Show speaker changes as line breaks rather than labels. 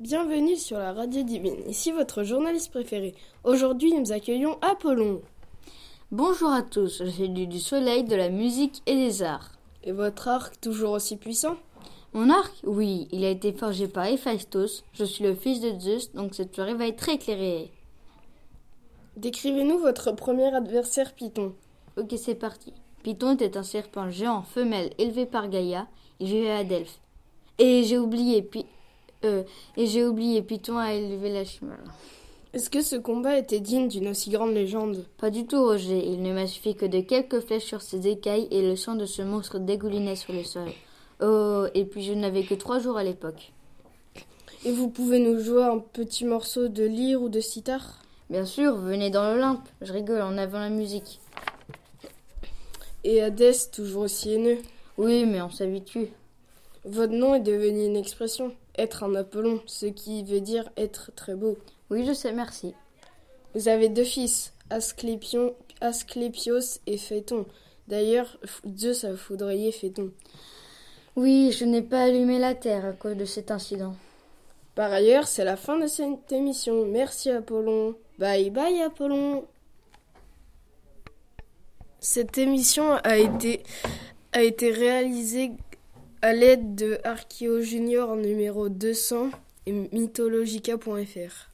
Bienvenue sur la radio divine, ici votre journaliste préféré. Aujourd'hui, nous accueillons Apollon.
Bonjour à tous, je fais du, du soleil, de la musique et des arts.
Et votre arc toujours aussi puissant
Mon arc Oui, il a été forgé par Héphaïstos. Je suis le fils de Zeus, donc cette soirée va être très éclairée.
Décrivez-nous votre premier adversaire Python.
Ok, c'est parti. Python était un serpent géant femelle élevé par Gaïa. Il vivait à Delphes. Et j'ai oublié, Py- euh, et j'ai oublié Python a élevé la chimère.
Est-ce que ce combat était digne d'une aussi grande légende
Pas du tout, Roger. Il ne m'a suffi que de quelques flèches sur ses écailles et le sang de ce monstre dégoulinait sur le sol. Oh, et puis je n'avais que trois jours à l'époque.
Et vous pouvez nous jouer un petit morceau de lyre ou de sitar
Bien sûr, venez dans l'Olympe. Je rigole en avant la musique.
Et Hadès, toujours aussi haineux.
Oui, mais on s'habitue.
Votre nom est devenu une expression, être un Apollon, ce qui veut dire être très beau.
Oui, je sais, merci.
Vous avez deux fils, Asclépion, Asclépios et Phéton. D'ailleurs, F- Zeus a foudroyé Phéton.
Oui, je n'ai pas allumé la terre à cause de cet incident.
Par ailleurs, c'est la fin de cette émission. Merci Apollon. Bye bye Apollon. Cette émission a été, a été réalisée à l'aide de Archeo Junior numéro 200 et mythologica.fr.